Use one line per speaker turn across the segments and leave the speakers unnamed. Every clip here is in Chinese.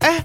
哎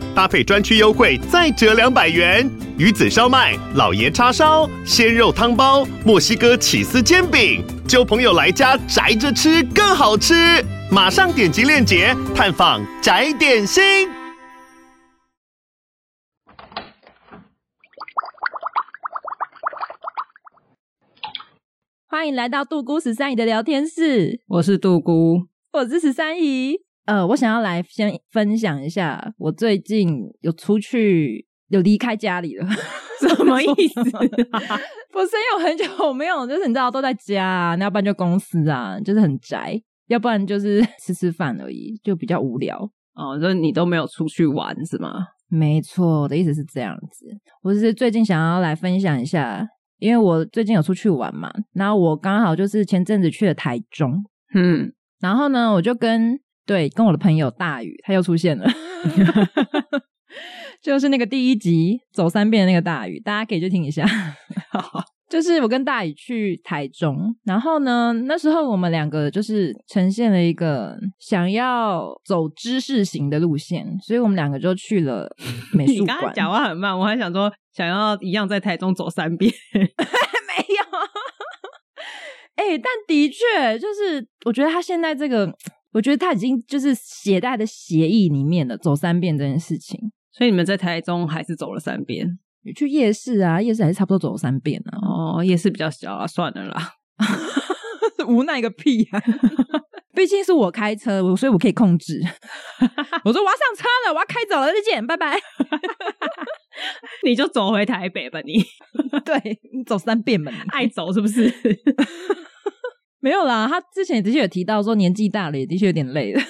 搭配专区优惠再折两百元。鱼子烧麦、老爷叉烧、鲜肉汤包、墨西哥起司煎饼，就朋友来家宅着吃更好吃。马上点击链接探访宅点心。
欢迎来到杜姑十三姨的聊天室，
我是杜姑，
我是十三姨。呃，我想要来先分享一下，我最近有出去，有离开家 里了，
什么意思？
不是因为我很久没有，就是你知道都在家、啊，那要不然就公司啊，就是很宅，要不然就是 吃吃饭而已，就比较无聊。
哦，就是你都没有出去玩是吗？
没错，我的意思是这样子。我是最近想要来分享一下，因为我最近有出去玩嘛，然后我刚好就是前阵子去了台中，
嗯，
然后呢，我就跟对跟我的朋友大宇，他又出 现了，就是那个第一集走三遍的那个大宇，大家可以去听一 下。就是我跟大宇去台中，然后呢，那时候我们两个就是呈现了一个想要走知识型的路线，所以我们两个就去了美术
你
馆。
刚才讲话很慢，我还想说想要一样在台中走三遍，
没有。哎、但的确就是，我觉得他现在这个，我觉得他已经就是携带的协议里面了，走三遍这件事情。
所以你们在台中还是走了三遍。
去夜市啊，夜市还是差不多走三遍啊，
哦，夜市比较小啊，算了啦。
无奈个屁 啊！毕竟是我开车，我所以我可以控制。 我说我要上车了，我要开走了，再见，拜拜。
你就走回台北吧， 你
对你走三遍吧，你
爱走是不是？
没有啦，他之前的确有提到说年纪大了，也的确有点累了。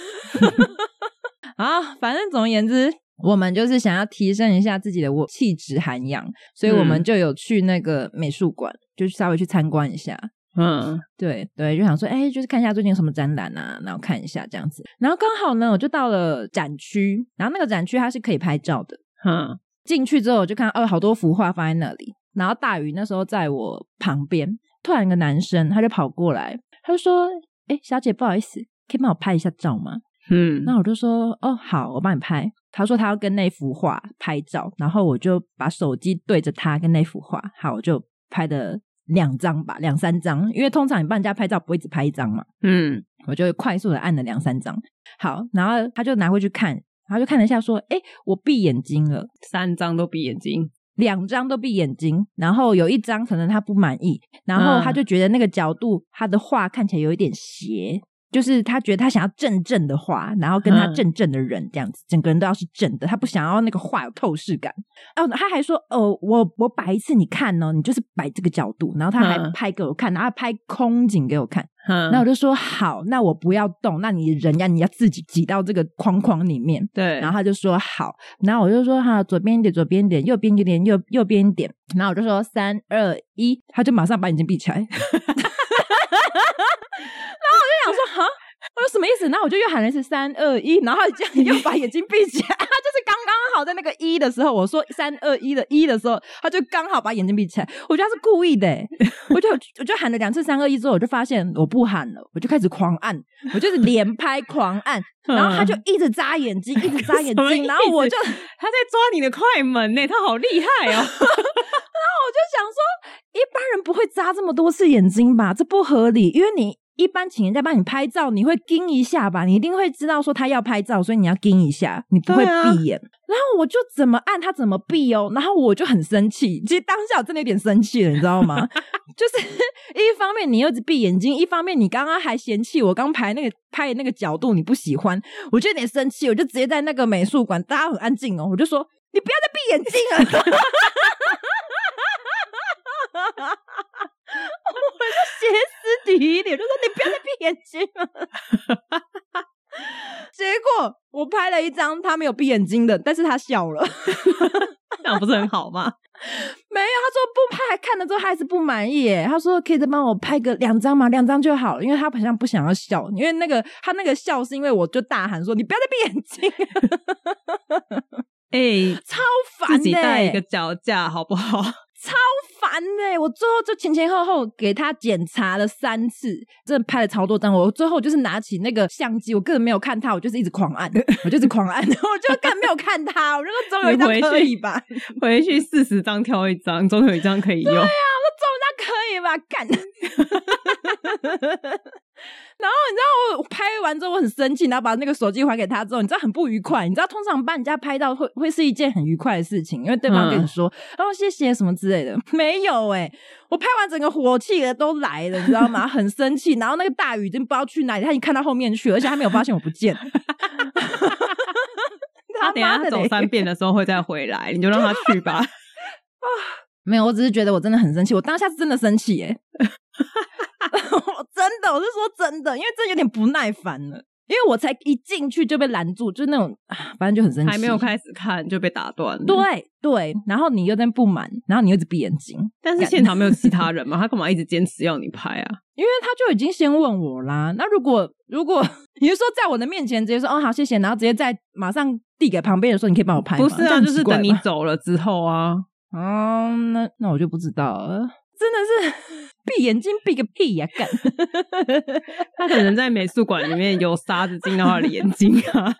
啊，反正总而言之，我们就是想要提升一下自己的我气质涵养，所以我们
嗯
就有去那个美术馆，就稍微去参观一下。
嗯，
对对，就想说，哎，就是看一下最近有什么展览啊，然后看一下这样子。然后刚好呢，我就到了展区，然后那个展区它是可以拍照的。
嗯，
进去之后，我就看到哦，好多幅画放在那里。然后大鱼那时候在我旁边，突然一个男生他就跑过来，他就说：“哎、小姐，不好意思，可以帮我拍一下照吗？”
嗯，
那我就说：“哦，好，我帮你拍。”他说他要跟那幅画拍照，然后我就把手机对着他跟那幅画，好，我就拍的两张吧，两三张，因为通常你帮人家拍照不会只拍一张嘛。
嗯，
我就快速的按了两三张。好，然后他就拿回去看，然后就看了一下，说：“哎，我闭眼睛了，
三张都闭眼睛，
两张都闭眼睛，然后有一张可能他不满意，然后
嗯
他就觉得那个角度他的画看起来有一点斜。”就是他觉得他想要正正的画，然后跟他
嗯
正正的人这样子，整个人都要是正的，他不想要那个画有透视感。哦，他还说，哦，我我摆一次你看哦，你就是摆这个角度，然后他还
嗯
拍给我看，然后拍空景给我看，
嗯，
那我就说好，那我不要动，那你人家你要自己挤到这个框框里面。
对，
然后他就说好，然后我就说哈，左边一点，左边一点，右边一点，右右边一点。然后我就说三二一，他就马上把眼睛闭起来。然 后我就想说哈，我说什么意思？然后我就又喊了一次三二一，然后他这样又把眼睛闭起来。 他就是刚刚好在那个一的时候，我说三二一的一的时候，他就刚好把眼睛闭起来。我觉得他是故意的、欸，我就 我就喊了两次三二一之后，我就发现我不喊了，我就开始狂按，我就是连拍狂按，
嗯
然后他就一直眨眼睛， 一直眨眼
什么意
睛，
思
然后我就
他在抓你的快门呢，他好厉害哦。
我就想说，一般人不会眨这么多次眼睛吧？这不合理，因为你一般请人家帮你拍照，你会盯一下吧？你一定会知道说他要拍照，所以你要盯一下，你不会
对啊
闭眼。然后我就怎么按他怎么闭哦，然后我就很生气。其实当下我真的有点生气了，你知道吗？ 就是一方面你又一直闭眼睛，一方面你刚刚还嫌弃我刚拍那个拍的那个角度你不喜欢，我就有点生气，我就直接在那个美术馆，大家很安静哦，我就说你不要再闭眼睛了。我就歇斯底里，我就说你不要再闭 眼睛了。结果我拍了一张他没有闭眼睛的，但是他笑了。
然样不是很好吗？
没有，他说不拍，还看了之后他还是不满意耶。他说可以再帮我拍个两张嘛，两张就好了，因为他好像不想要笑，因为那个他那个笑是因为我就大喊说你不要再闭眼睛，
哎、
超
自
烦
己
的
带一
耶，
个脚架好不好？
超烦的耶。我最后就前前后后给他检查了三次，真的拍了超多张。我最后就是拿起那个相机，我根本没有看他，我就是一直狂按，我就是狂按， 我就根本没有看他。我就说总有一张
你回去
可以吧，总有
回去四十张挑一张，总有一张可以用。
一张可以吧，干。 然后你知道我拍完之后我很生气，然后把那个手机还给他之后，你知道很不愉快。你知道通常帮人家拍到会会是一件很愉快的事情，因为对方跟你 说“哦谢谢”什么之类的。没有哎、我拍完整个火气的都来了，你知道吗？很生气。然后那个大雨已经不知道去哪里，他已经看到后面去了，而且他没有发现我不见。
他等一
妈
下
的
他走
嘞
三遍的时候会再回来，你就让他去 吧。
没有，我只是觉得我真的很生气，我当下是真的生气耶、 我真的，我是说真的，因为这有点不耐烦了，因为我才一进去就被拦住，就那种，啊反正就很生气，
还没有。开始看就被打断了。，
对对，然后你又在不满，然后你又一直闭眼睛，
但是现场没有其他人嘛，他干嘛一直坚持要你拍啊？
因为他就已经先问我啦。那如果如果 你是说在我的面前直接说哦好谢谢，然后直接在马上递给旁边人说你可以帮我拍吗，
不是
这
啊，
样
就
很
是
奇怪
等你
吧
走了之后啊。
哦，那那我就不知道了，真的是 闭眼睛闭个屁呀、干。
他可能在美术馆里面有沙子进到他的眼睛啊。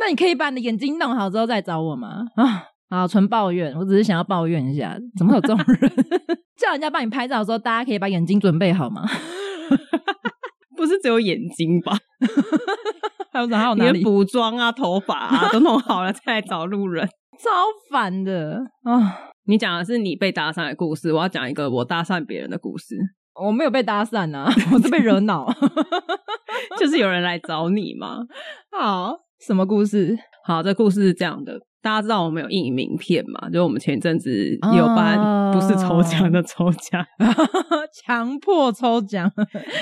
那你可以把你的眼睛弄好之后再找我吗？啊，好，纯抱怨，我只是想要抱怨一下，怎么会有这种人？ 叫人家帮你拍照的时候，大家可以把眼睛准备好吗？
不是只有眼睛吧？
还有哪还有
你
哪
的
里？
服装啊、头发啊都弄好了再来找路人。
超烦的啊！
你讲的是你被搭讪的故事，我要讲一个我搭讪别人的故事，
我没有被搭讪啊， 我是被惹恼。
就是有人来找你嘛。
好，什么故事？
好，这故事是这样的，大家知道我们有印名片嘛？就我们前一阵子有
哦
办不是抽奖的抽 奖，
强迫抽奖，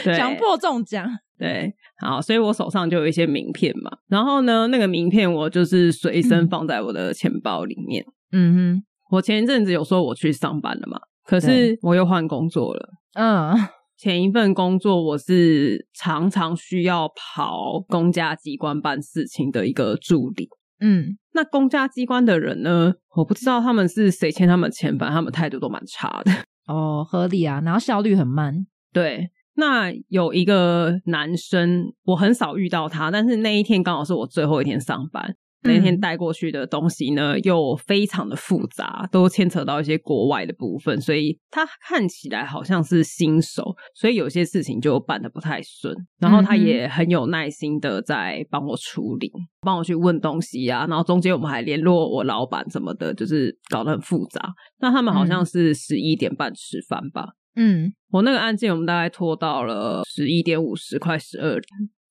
对，
强迫中奖。
对，好，所以我手上就有一些名片嘛。然后呢，那个名片我就是随身放在我的钱包里面。
嗯
我前一阵子有说我去上班了嘛，可是
对
我又换工作了。
哼，嗯，
前一份工作我是常常需要跑公家机关办事情的一个助理。
嗯，
那公家机关的人呢，我不知道他们是谁欠他们钱，反正他们态度都蛮差的。
哦，合理啊，然后效率很慢。
对，那有一个男生，我很少遇到他，但是那一天刚好是我最后一天上班。那一
嗯
天带过去的东西呢，又非常的复杂，都牵扯到一些国外的部分，所以他看起来好像是新手，所以有些事情就办的不太顺。然后他
嗯哼
也很有耐心的在帮我处理，帮我去问东西啊。然后中间我们还联络我老板什么的，就是搞得很复杂。那他们好像是十一点半吃饭吧，
嗯，
我那个案件，我们大概拖到了十一点五十，快十二点，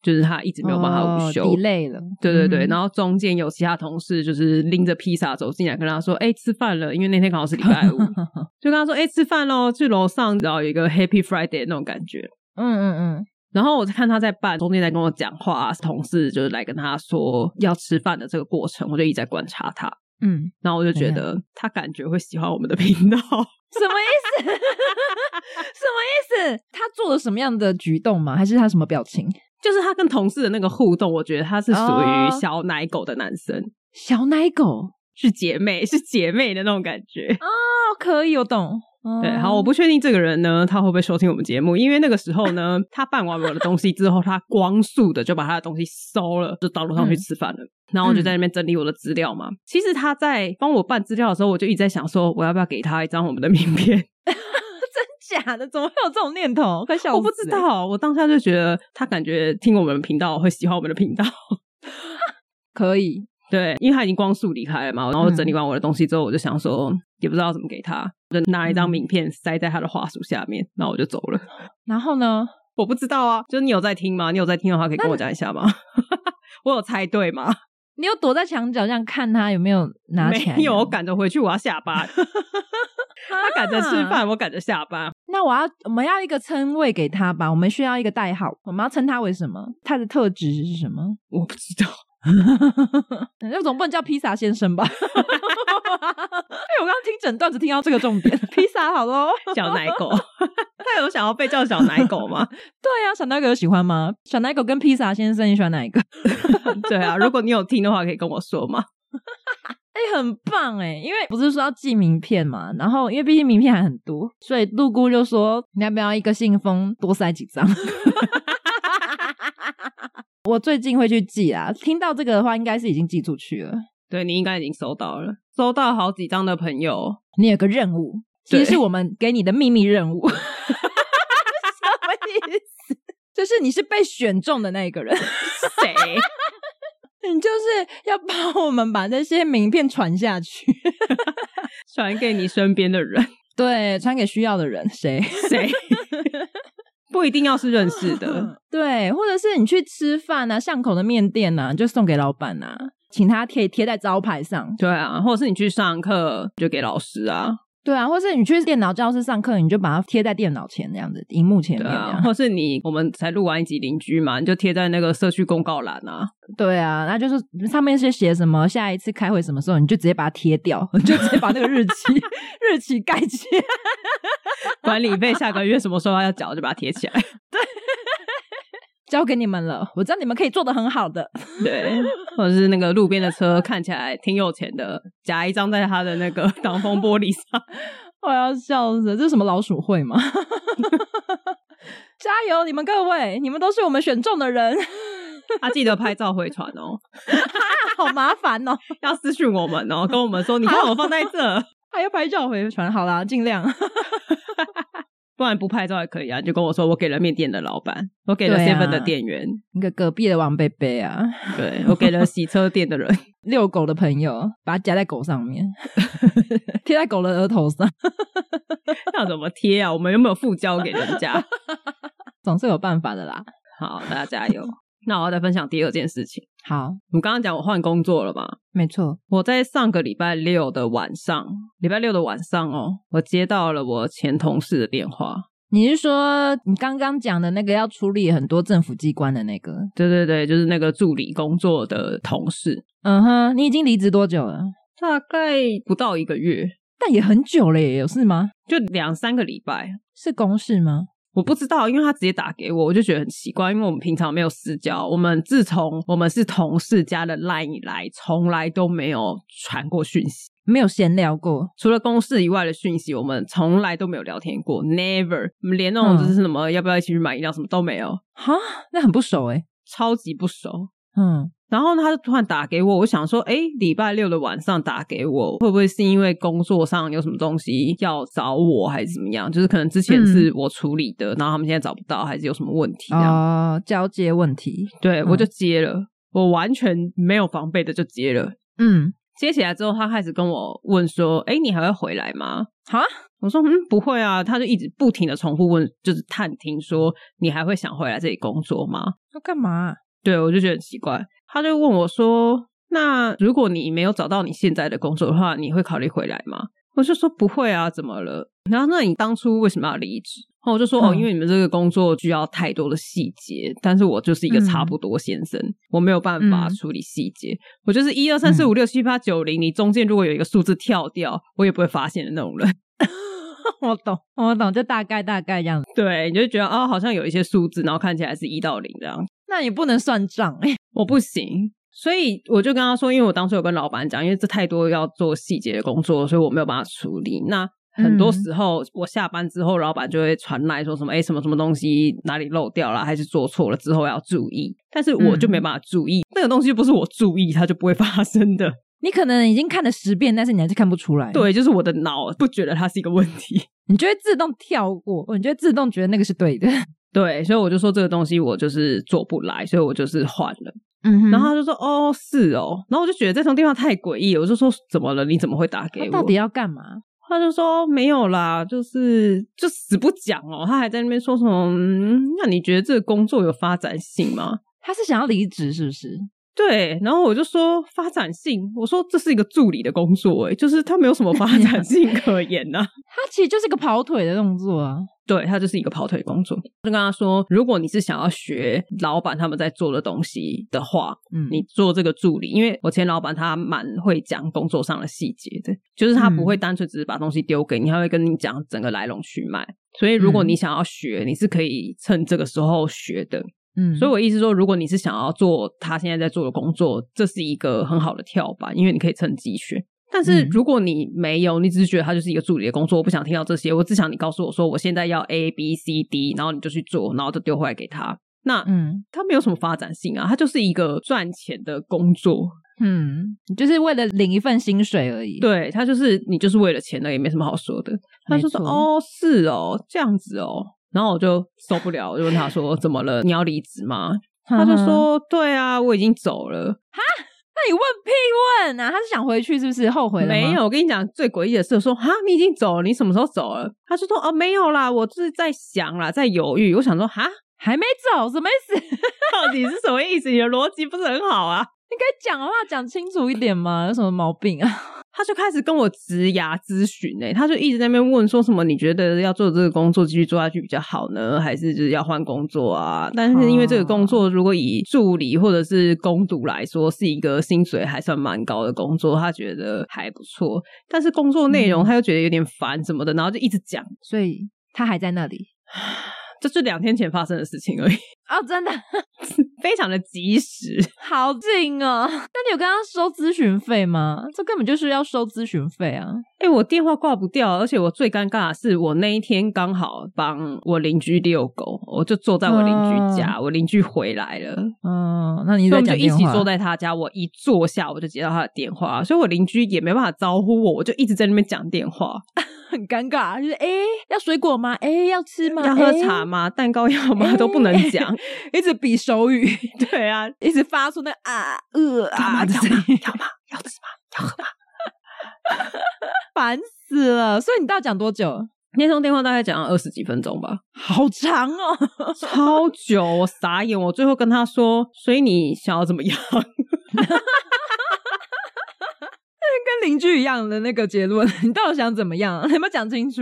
就是他一直没有办法午休。
哦，delay 了。
对对对，
嗯
然后中间有其他同事就是拎着披萨走进来，跟他说：“哎、吃饭了。”因为那天刚好是礼拜 五，就跟他说：“哎、吃饭喽，去楼上，然后有一个 Happy Friday 那种感觉。”
嗯嗯
然后我就看他在办，中间在跟我讲话，啊同事就是来跟他说要吃饭的这个过程，我就一直在观察他。
嗯嗯，
然后我就觉
怎
得他感觉会喜欢我们的频道，
什么意思？ 什么意思？他做了什么样的举动吗？还是他什么表情？
就是他跟同事的那个互动，我觉得他是属
哦
于小奶狗的男生，
小奶狗
是姐妹，是姐妹的那种感觉。
哦，可以，我懂。哦
对，好，我不确定这个人呢，他会不会收听我们节目，因为那个时候呢， 他办完我的东西之后，他光速的就把他的东西收了，就到路
嗯
上去吃饭了。然后我就在那边整理我的资料嘛。其实他在帮我办资料的时候，我就一直在想说，我要不要给他一张我们的名片？
真假的，怎么会有这种念头？快笑
我不知。道，我当下就觉得他感觉听我们频道会喜欢我们的频道。
可以，
对，因为他已经光速离开了嘛，然后
嗯
整理完我的东西之后，我就想说也不知道怎么给他，我就拿一张名片塞在他的话术下面，然后我就走了。
然后呢？
我不知道啊，就是你有在听吗？你有在听的话，可以跟我讲一下吗？ 我有猜对吗？
你有躲在墙角这样看他有没有拿起来？
没有，我赶着回去，我要下班。他赶着
啊
吃饭，我赶着下班。
那我要我们要一个称谓给他吧，我们需要一个代号，我们要称他为什么？他的特质是什么？
我不知道，
那总不能叫披萨先生吧？哎为我刚刚听整段只听到这个重点，披萨好喽。
小奶狗， 他有想要被叫小奶狗吗？
对呀、啊，小奶狗有喜欢吗？小奶狗跟披萨先生，你喜欢哪 一个？
对啊，如果你有听的话，可以跟我说嘛。
哎、很棒哎、因为不是说要寄名片嘛，然后因为毕竟名片还很多，所以陆姑就说你要不要一个信封多塞几 张？我最近会去寄啦，听到这个的话，应该是已经寄出去了。
对你应该已经收到了，收到好几张的朋友，
你有个任务，其实
对
是我们给你的秘密任 务。什么意思？就是你是被选中的那一个人，
谁？
你就是要帮我们把这些名片传下去，
传给你身边的人，
对，传给需要的人，谁？
谁？不一定要是认识
嗯
的，
对，或者是你去吃饭啊，巷口的面店呐、啊，你就送给老板呐、啊，请他贴贴在招牌上。
对啊，或者是你去上课就给老 师啊，
对啊，或是你去电脑教室上课，你就把它贴在电脑前这样子，荧幕前
对
面这样。
啊，或是你我们才录完一集邻居嘛，你就贴在那个社区公告栏啊，
对啊，那就是上面是写什么，下一次开会什么时候，你就直接把它贴掉， 你就直接把那个日期 日期盖起来。
管理费下个月什么时候要缴就把它贴起来。
交给你们了，我知道你们可以做的很好的。
对，或者是那个路边的车看起来挺有钱的，夹一张在他的那个 挡风玻璃上。
我要笑死了，这是什么老鼠会吗？ 加油，你们各位，你们都是我们选中的人，
他、记得拍照回传哦，
好麻烦 哦，
要私讯我们哦，跟我们说你看我放在这，
还要拍照回传。好啦，尽量。
不然不拍照也可以啊。你就跟我说我给了面店的老板，我给了
对啊
seven 的店员，
那个隔壁的王贝贝啊，
对我给了洗车店的人，
遛狗的朋友，把它夹在狗上面， 贴在狗的额头上，
要怎么贴啊？我们有没有附交给人家？
总是有办法的啦。
好，大家加油。那我要再分享第二件事情。
好，
我刚刚讲我换工作了嘛，
没错，
我在上个礼拜六的晚上，礼拜六的晚上哦，我接到了我前同事的电话。
你是说你刚刚讲的那个要处理很多政府机关的那个？
对对对，就是那个助理工作的同事，
嗯哼，你已经离职多久了？
大概不到一个月，
但也很久了耶，有事吗？
就两三个礼拜。
是公事吗？
我不知道，因为他直接打给我，我就觉得很奇怪，因为我们平常没有私交，我们自从我们是同事加了 LINE 以来，从来都没有传过讯息。
没有闲聊过，
除了公事以外的讯息，我们从来都没有聊天过，never，我们连那种就是什么、要不要一起去买饮料什么都没有，
哈，那很不熟哎。
超级不熟。
嗯，
然后呢他就突然打给我，我想说，哎，礼拜六的晚上打给我，会不会是因为工作上有什么东西要找我，还是怎么样？就是可能之前是我处理的，然后他们现在找不到，还是有什么问题这样？
哦，交接问题，
对，
嗯
我就接了，我完全没有防备的就接了。
嗯，
接起来之后，他开始跟我问说：“哎，你还会回来吗？”
哈，
我说嗯不会啊，他就一直不停的重复问，就是探听说你还会想回来这里工作吗？
要干嘛、啊
对我就觉得很奇怪，他就问我说，那如果你没有找到你现在的工作的话，你会考虑回来吗？我就说不会啊，怎么了？然后那你当初为什么要离职？然后我就说哦，
嗯
因为你们这个工作需要太多的细节，但是我就是一个
嗯
差不多先生，我没有办法
嗯
处理细节，我就是一二三四五六七八九零，你中间如果有一个数字跳掉，我也不会发现的那种人。
我懂，我懂，就大概大概这样子。
对，你就觉得哦，好像有一些数字，然后看起来是一到零这样。
那你不能算账哎、
我不行，所以我就跟他说，因为我当初有跟老板讲，因为这太多要做细节的工作，所以我没有办法处理。那很
嗯
多时候，我下班之后，老板就会传来说什么，哎，什么什么东西哪里漏掉了，还是做错了，之后要注意。但是我就
嗯
没办法注意，那个东西不是我注意，它就不会发生的。
你可能已经看了十遍，但是你还是看不出来，，
对，就是我的脑不觉得它是一个问题。
你就会自动跳过，你就会自动觉得那个是对的。
对，所以我就说这个东西我就是做不来，所以我就是换了。
嗯哼
然后他就说：“哦，是哦。”然后我就觉得这通电话太诡异了，我就说：“怎么了？你怎么会打给
他
我？”
到底要干嘛？
他就说：“没有啦，就是就死不讲哦。”他还在那边说什么、嗯那你觉得这个工作有发展性吗？”
他是想要离职是不是？
对，然后我就说发展性，我说这是一个助理的工作、欸，就是他没有什么发展性可言呐、
他其实就是个跑腿的动作啊。
对，它就是一个跑腿工作。我就跟他说，如果你是想要学老板他们在做的东西的话，
嗯
你做这个助理，因为我前老板他蛮会讲工作上的细节的，就是他不会
嗯
单纯只是把东西丢给你，他会跟你讲整个来龙去脉。所以如果
嗯
你想要学，你是可以趁这个时候学的。
嗯，
所以
以
我意思说，如果你是想要做他现在在做的工作，这是一个很好的跳板，因为你可以趁机学。但是
嗯
如果你没有，你只是觉得它就是一个助理的工作，我不想听到这些，我只想你告诉我说我现在要 A B C D，然后你就去做，然后就丢回来给他。那
嗯
它没有什么发展性啊，它就是一个赚钱的工作，
嗯，你就是为了领一份薪水而已。，
对，它就是你就是为了钱的，也没什么好说的。他就说
没错
哦，是哦，这样子哦，然后我就受不了，我就问他说怎么了？你要离职吗？他
嗯
就，说：“对啊，我已经走了。
那你问屁问啊？他是想回去是不是？后悔了吗
没有，？我跟你讲，最诡异的是，我说：“哈，你已经走了，你什么时候走了？”他就说：“哦，没有啦，我就是在想啦，在犹豫。”我想说：“哈，
还没走，什么意思？
到底是什么意思？你的逻辑不是很好啊
应该讲的话讲清楚一点嘛，有什么毛病啊？？”
他就开始跟我职涯咨询诶，他就一直在那边问说什么你觉得要做这个工作继续做下去比较好呢，还是就是要换工作啊？但是因为这个工作如果以助理或者是工读来说，是一个薪水还算蛮高的工作，他觉得还不错。但是工作内容
嗯
他又觉得有点烦什么的，然后就一直讲。
所以他还在那里
这是两天前发生的事情而已，
哦，真的
非常的及时。
好近哦。那你有跟他收咨询费吗？这根本就是要收咨询费啊！
哎、我电话挂不掉，而且我最尴尬的是，我那一天刚好帮我邻居遛狗，我就坐在我邻居家，我邻居回来了，
嗯，那啊你
所以
在
我们就
讲
一
电
起
话
坐在他家。我一坐下，我就接到他的电话，所以我邻居也没办法招呼我，我就一直在那边讲电话。
很尴尬，就是哎、诶要水果吗？哎、要吃吗？
要喝
诶
茶吗？蛋糕要吗？都不能讲。
一直比手 语，
对啊，
一直发出那啊呃 啊的
要
声
吗？
音，
要吗？要吃吗？
烦死了。所以你到底讲多久？
那通电话大概讲了二十几分钟吧。
好长哦，
超久，我傻眼。我最后跟他说，所以你想要怎么样？
跟邻居一样的那个结论。你到底想怎么样？ 你有没有讲清楚？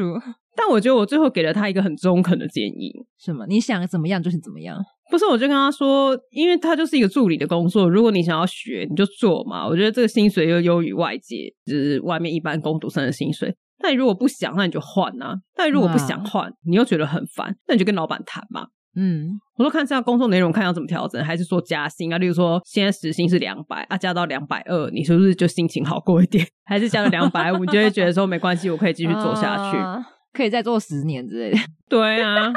但我觉得我最后给了他一个很中肯的建议。
什么？你想怎么样就是怎么样。
不是，我就跟他说，因为他就是一个助理的工作，如果你想要学，你就做嘛。我觉得这个薪水又优于外界，就是外面一般工读生的薪水。那你如果不想，那你就换啊。但如果不想换，你又觉得很烦，那你就跟老板谈嘛。
嗯，
我说看是要工作内容，看要怎么调整，还是说加薪啊？例如说现在时薪是两百啊，加到两百二，你是不是就心情好过一点？ 还是加到两百五，你就会觉得说没关系，我可以继续做下去。
啊可以再做十年之类的。
对啊，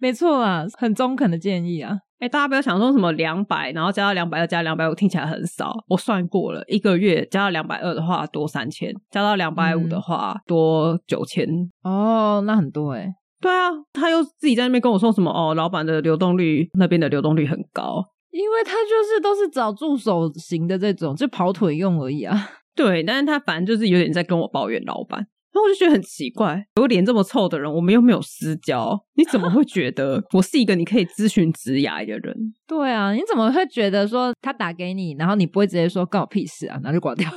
没错啊，很中肯的建议啊。
哎、大家不要想说什么两百，然后加到两百二，加两百五听起来很少。我算过了，一个月加到两百二的话多三千，加到两百五
嗯
的话多九千，
哦，那很多哎、
对啊，他又自己在那边跟我说什么哦，老板的流动率那边的流动率很高，
因为他就是都是找助手型的这种，就跑腿用而已啊。
对，但是他反正就是有点在跟我抱怨老板，然后我就觉得很奇怪，我脸这么臭的人，我们又没有私交，你 怎么会觉得我是一个你可以咨询职涯的人？
对啊，你怎么会觉得说他打给你，然后你不会直接说干我屁事啊，然后就挂掉？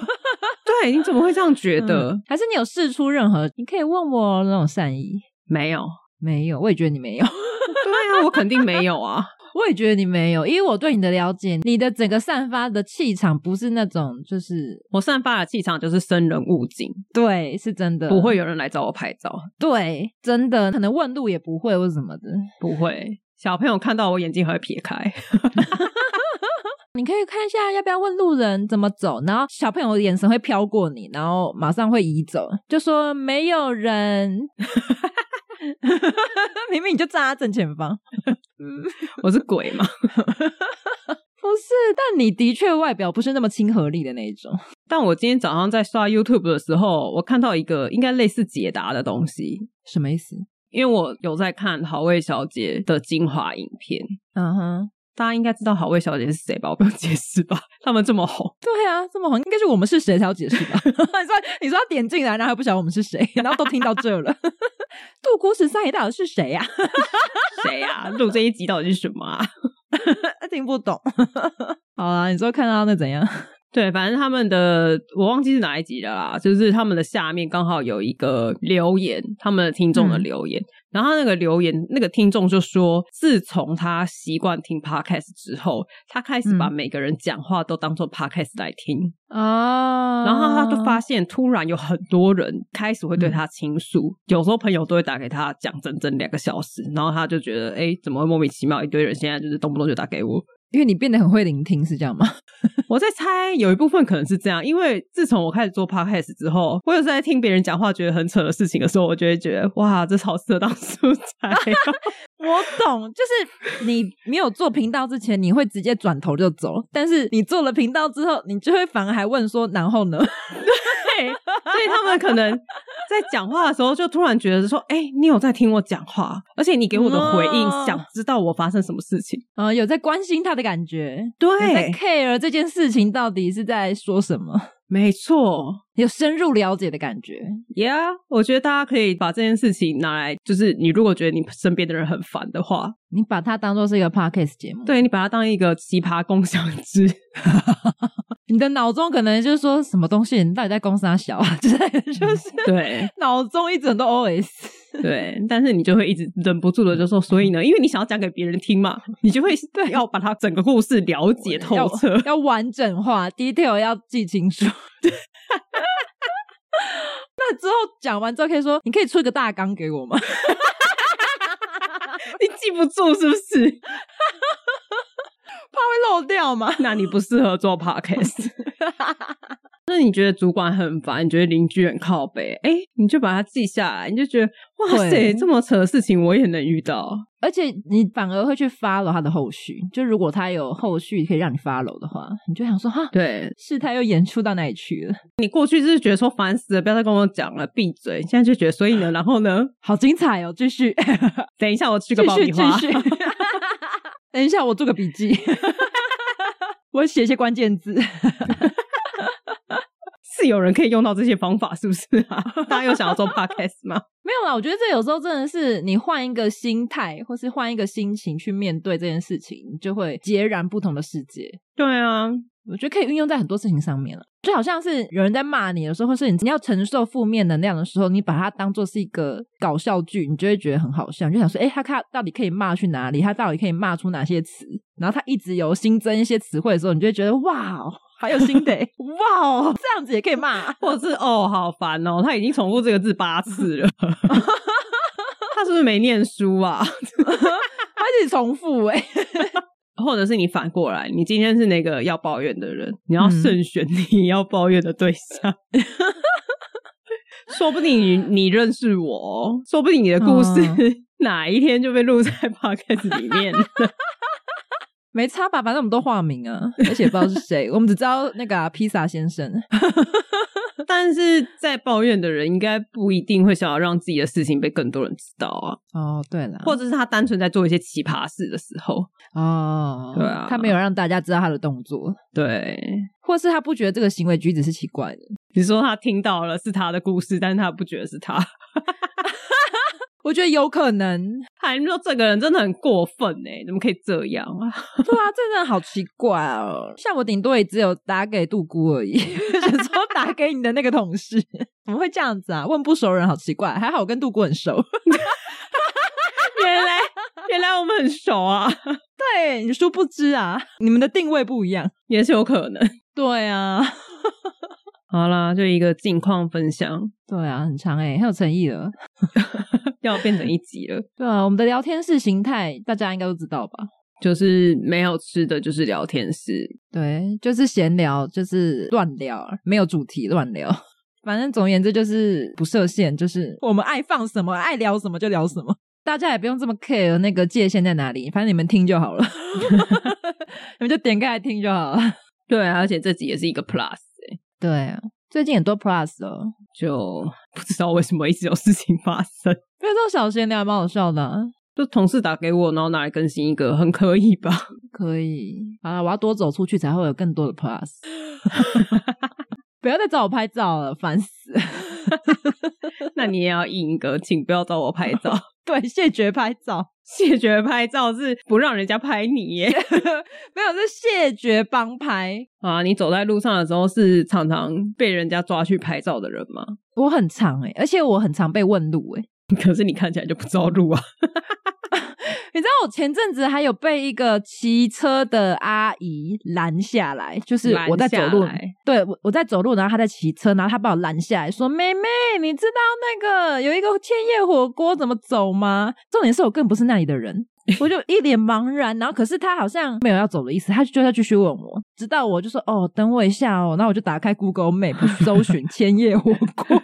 对，你怎么会这样觉得？
嗯还是你有试出任何你可以问我那种善意？
没有，
没有，我也觉得你没有，
对啊，我肯定没有啊。
我也觉得你没有，因为我对你的了解，你的整个散发的气场不是那种，就是
我散发的气场就是生人勿近，
对，是真的，
不会有人来找我拍照，
对，真的，可能问路也不会或什么的。
不会。小朋友看到我眼睛还会撇开，
你可以看一下要不要问路人怎么走，然后小朋友的眼神会飘过你，然后马上会移走，就说没有人， 明明你就站他正前方。
我是鬼嘛？
不是，但你的确外表不是那么亲和力的那一种。
但我今天早上在刷 YouTube 的时候，我看到一个应该类似解答的东西，
什么意思？
因为我有在看好味小姐的精华影片，
嗯哼，
大家应该知道好味小姐是谁吧？我不用解释吧？他们这么红，
对啊，这么红，应该是我们是谁才要解释吧？ 你说你说要点进来，然后还不晓得我们是谁，然后都听到这了。 杜姑十三爷到底是谁啊呀、
谁呀、 录这一集到底是什么、啊？
啊？听不懂。好啊，你说看到那怎样？
对，反正他们的我忘记是哪一集了啦，就是他们的下面刚好有一个留言，他们的听众的
嗯
留言，然后那个留言那个听众就说，自从他习惯听 podcast 之后，他开始把
嗯
每个人讲话都当做 podcast 来听，
哦
然后他就发现突然有很多人开始会
嗯
对他倾诉，有时候朋友都会打给他讲整整两个小时，然后他就觉得，哎，怎么会莫名其妙一堆人现在就是动不动就打给我？
因为你变得很会聆听，是这样吗？
我在猜，有一部分可能是这样，因为自从我开始做 podcast 之后，我有时候在听别人讲话觉得很扯的事情的时候，我就会觉得哇，这超适合当素材哦、
我懂，就是你没有做频道之前，你会直接转头就走；但是你做了频道之后，你就会反而还问说：“然后呢
对，所以他们可能在讲话的时候，就突然觉得说，哎、你有在听我讲话，而且你给我的回应，
哦
想知道我发生什么事情。？”
呃，有在关心他的感觉，有在
对，
care 这件事情到底是在说什么，
没错。
有深入了解的感觉。
Yeah，我觉得大家可以把这件事情拿来，就是你如果觉得你身边的人很烦的话，
你把它当做是一个 podcast 节目，
对你把它当一个奇葩共享之
你的脑中可能就是说什么东西，你到底在攻杀小啊之类的，就是
对，
脑中一整都 OS。
对，但是你就会一直忍不住的就说，所以呢，因为你想要讲给别人听嘛，你就会要把它整个故事了解透
要
彻。
要完整化，detail 要记清楚。 那之后讲完之后可以说，你可以出一个大纲给我吗？
你记不住是 不是？
怕会漏掉吗？
那你不适合做 podcast。那你觉得主管很烦，你觉得邻居很靠北，哎、你就把它记下来，你就觉得哇塞，
对
这么扯的事情我也能遇到。
而且你反而会去 follow 他的后续，就如果他有后续可以让你 follow 的话，你就想说哈，
对
事态又演出到哪里去了？
你过去就是觉得说烦死了，不要再跟我讲了，闭嘴。现在就觉得，所以呢，然后呢，
好精彩哦！继 续，
等一下我吃个
继
爆
续，
米
继
花。
续。 等一下，我做个笔记， 我写一些关键字。
是有人可以用到这些方法，是不是啊？ 大家有想要做 podcast 吗？
没有啦，我觉得这有时候真的是你换一个心态，或是换一个心情去面对这件事情，你就会截然不同的世界。
对啊，
我觉得可以运用在很多事情上面了，就好像是有人在骂你的时候，或是你要承受负面能量的时候，你把它当做是一个搞笑剧，你就会觉得很好笑，你就想说，哎、他看到底可以骂去哪里？他到底可以骂出哪些词？然后他一直有新增一些词汇的时候，你就会觉得哇哦，还有新的、哇哦，这样子也可以骂。
或者是哦，好烦哦，他已经重复这个字八次 了，他是不是没念书啊？
他一直重复哎、
或者是你反过来，你今天是那个要抱怨的人，你要慎选你要抱怨的对象。 说不定你你认识我哦，说不定你的故事、
嗯
哪一天就被录在 podcast 里面了。
没差吧？反正我们都化名啊，而且不知道是谁，我们只知道那个啊披萨先生。
但是在抱怨的人，应该不一定会想要让自己的事情被更多人知道啊。
哦，对了，
或者是他单纯在做一些奇葩事的时候，
哦，
对啊
他没有让大家知道他的动作，
对，
或是他不觉得这个行为举止是奇怪的。
你说他听到了是他的故事，但是他不觉得是他，
我觉得有可能，
还哎说这个人真的很过分哎、怎么可以这样啊？
对啊，这真的好奇怪哦。像我顶多也只有打给杜姑而已， 有时候打给你的那个同事，怎么会这样子啊？问不熟人好奇怪，还好我跟杜姑很熟。
原来原来我们很熟啊，
对，你殊不知啊，你们的定位不一样。
也是有可能。
对啊，
好啦，就一个近况分享，
对啊，很长哎、很有诚意了。
要变成一集了，
对啊，我们的聊天室形态大家应该都知道吧？
就是没有吃的就是聊天室，
对，就是闲聊，就是乱聊，没有主题乱聊。反正总而言之就是不设限，就是我们爱放什么，爱聊什么就聊什么，大家也不用这么 care 那个界限在哪里，反正你们听就好 了，你们就点开来听就好了。
对啊，而且这集也是一个 plus，欸、
对啊，最近很多 plus 哦，
就不知道为什么一直有事情发生。
因为这种小闲聊蛮好笑的啊、
就同事打给我，然后拿来更新一个，很可以吧？
可以。好了，我要多走出去才会有更多的 plus。不要再找我拍照了，烦死了！
那你也要印一个，请不要找我拍照。
对，谢绝拍照，
谢绝拍照是不让人家拍你耶
没有是谢绝帮拍。
啊！你走在路上的时候是常常被人家抓去拍照的人吗？
我很常哎、而且我很常被问路哎、
可是你看起来就不招路啊！
你知道我前阵子还有被一个骑车的阿姨拦下来，就是我在走路
拦下来，
对我我在走路，然后她在骑车，然后她把我拦下来说：“妹妹，你知道那个有一个千叶火锅怎么走吗？”重点是我根本不是那里的人。我就一脸茫然，然后可是她好像没有要走的意思，她就在继续问我，直到我就说哦，等我一下哦，然后我就打开 Google Map 搜寻千叶火锅，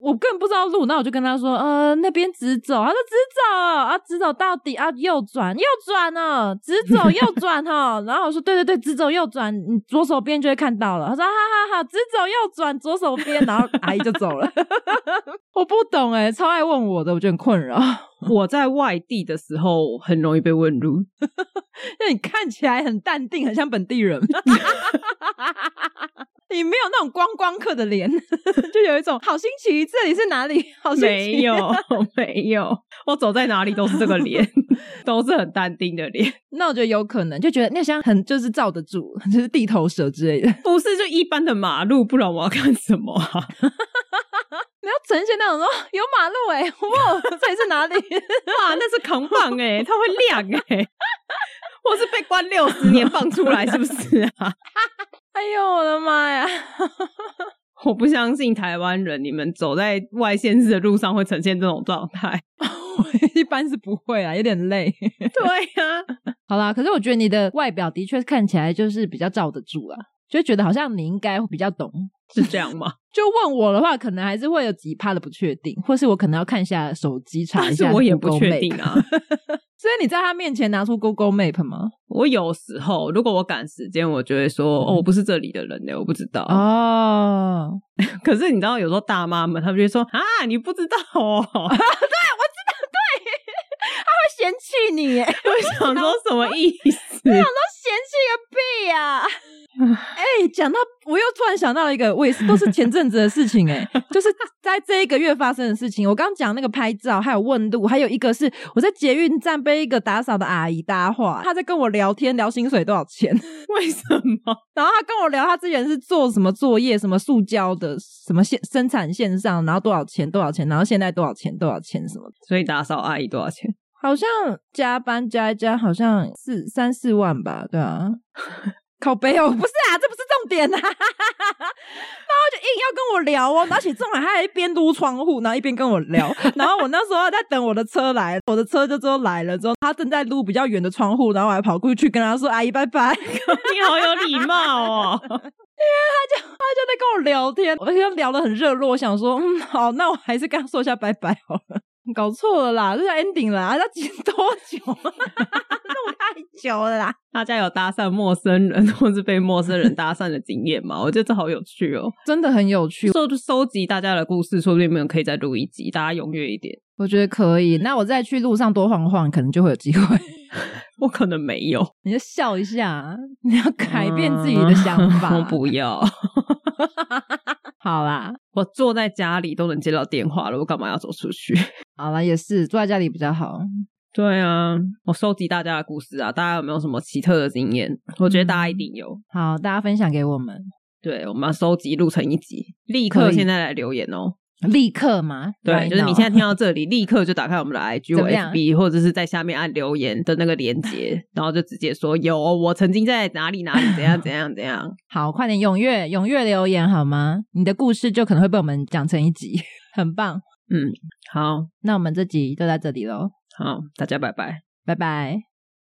我根本不知道路，那我就跟他说，呃，那边直走，他说直走啊，直走到底啊，右转，右转哦，直走右转哈、然后我说对对对，直走右转，你左手边就会看到了。他说哈哈哈，直走右转，左手边，然后阿姨就走了。 我不懂哎、超爱问我的，我觉得很困扰。
我在外地的时候很容易被问路，
那你看起来很淡定，很像本地人， 你没有那种观光客的脸， 就有一种好新奇，这里是哪里？好新奇，
没有 没有，我走在哪里都是这个脸， 都是很淡定的脸，
那我觉得有可能，就觉得那箱很就是罩得住， 就是地头蛇之类的。 你
不是就一般的马路，不然我要看什么啊？
要呈现那种说有马路哎、 哇，这里是哪里？
哇，那是扛棒哎、它会亮 哎、我是被关六十年放出来是不是啊？
哎呦我的妈呀！
我不相信台湾人，你们走在外县市的路上会呈现这种状 态。
我一般是不会啊，有点累。
对呀、
啊好啦，可是我觉得你的外表的确看起来就是比较罩得住啊，就觉得好像你应该会比较懂。
是这样 吗？
就问我的话，可能还是会有几趴的不确定，或是我可能要看一下手机查
但
一
是
下。
我也不确定。啊。
所以你在他面前拿出 Google Map 吗？
我有时候如果我赶时间，我就会说哦，我不是这里的人呢、我不知道。
哦，
可是你知道，有时候大妈们她们就会说啊，你不知道哦。
会嫌弃你欸耶。
我 想说什么意思？
嫌弃个屁啊呀、哎、讲到我又突然想到一个，我也 是都是前阵子的事情、哎，就是在这一个月发生的事情。我刚讲那个拍照，还有问路，还有一个是我在捷运站被一个打扫的阿姨搭话，她在跟我聊天，聊薪水多少钱，
为什么？
然后她跟我聊她之前是做什么作业，什么塑胶的，什么线生产线上，然后多少钱多少钱，然后现在多少钱多少钱什么的，
所以打扫阿姨多少钱？
好像加班加一加，好像四三四万吧，对啊。口碑哦，不是啊，这不是重点啊。然后就硬要跟我聊哦，而且重点他还一边撸窗户，然后一边跟我聊。然后我那时候在等我的车来，我的车就之后来了之后，他正在撸比较远的窗户，然后我还跑过去跟他说：“阿姨，拜拜。”
你好有礼貌哦。
他就在跟我聊天，而且就聊得很热络。我想说，嗯，好，那我还是跟他说一下拜拜好了。搞错了啦，这是 ending 啦，要剪 多久？录太久了啦。
大家有搭讪陌生人或是被陌生人搭讪的经验吗？我觉得这好有趣哦。
真的很有趣，
收收集大家的故事，说不定我们可以再录一集，大家踊跃一点。
我觉得可以。那我再去路上多晃晃，可能就会有机会。
我可能没有
你就笑一下，你要改变自己的想法。
嗯 我不要。
好啦，
我坐在家里都能接到电话了，我干嘛要走出去？
好啦，也是坐在家里比较好。
对啊，我收集大家的故事啊，大家有没有什么奇特的经验？我觉得大家
嗯
一定有。
好，大家分享给我们，
对，我们要收集录成一集，立
可
刻
以
现在来留言哦。
立刻嘛。
对，
Right
就是你
now
现在听到这里，立刻就打开我们的 IG
怎么
或
样
FB，或者是在下面按留言的那个连接，然后就直接说有我曾经在哪里哪里怎样怎样怎样。
好，快点踊跃踊跃留言好吗？你的故事就可能会被我们讲成一集， 很棒。
嗯，好
那我们这集就到这里喽，
好，大家拜拜。
拜拜。